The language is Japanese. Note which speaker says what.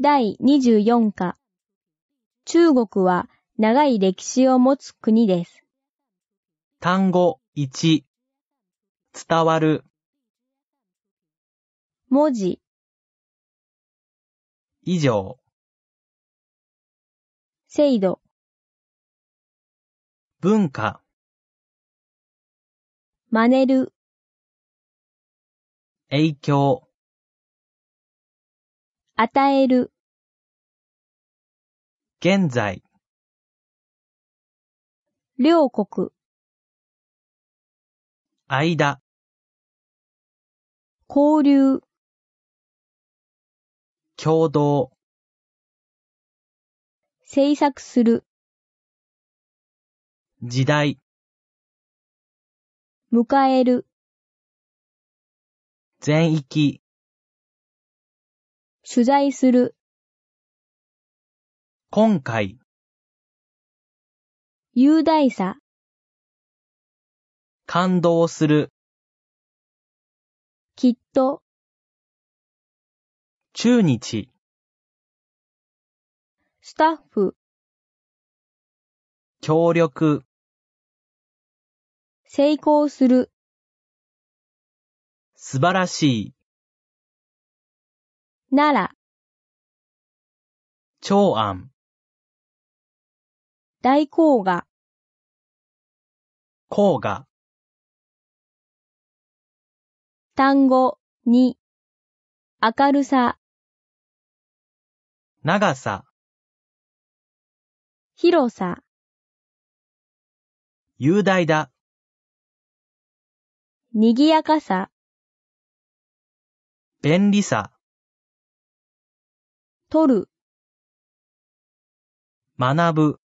Speaker 1: 第24課。中国は長い歴史を持つ国です。
Speaker 2: 単語1、伝わる、
Speaker 1: 文字、
Speaker 2: 以上、
Speaker 1: 制度、
Speaker 2: 文化、
Speaker 1: 真似る、
Speaker 2: 影響、
Speaker 1: 与える、
Speaker 2: 現在、
Speaker 1: 両国、
Speaker 2: 間、
Speaker 1: 交流、
Speaker 2: 共同、
Speaker 1: 制作する、
Speaker 2: 時代、
Speaker 1: 迎える、
Speaker 2: 全域、
Speaker 1: 取材する、
Speaker 2: 今回、
Speaker 1: 雄大さ、
Speaker 2: 感動する、
Speaker 1: きっと、
Speaker 2: 中日、
Speaker 1: スタッフ、
Speaker 2: 協力、
Speaker 1: 成功する、
Speaker 2: 素晴らしい、
Speaker 1: なら、
Speaker 2: 長安、
Speaker 1: 大黄河、
Speaker 2: 黄河、
Speaker 1: 単語、に、明るさ、
Speaker 2: 長さ、
Speaker 1: 広さ、
Speaker 2: 雄大だ、
Speaker 1: 賑やかさ、
Speaker 2: 便利さ、
Speaker 1: 取る、
Speaker 2: 学ぶ、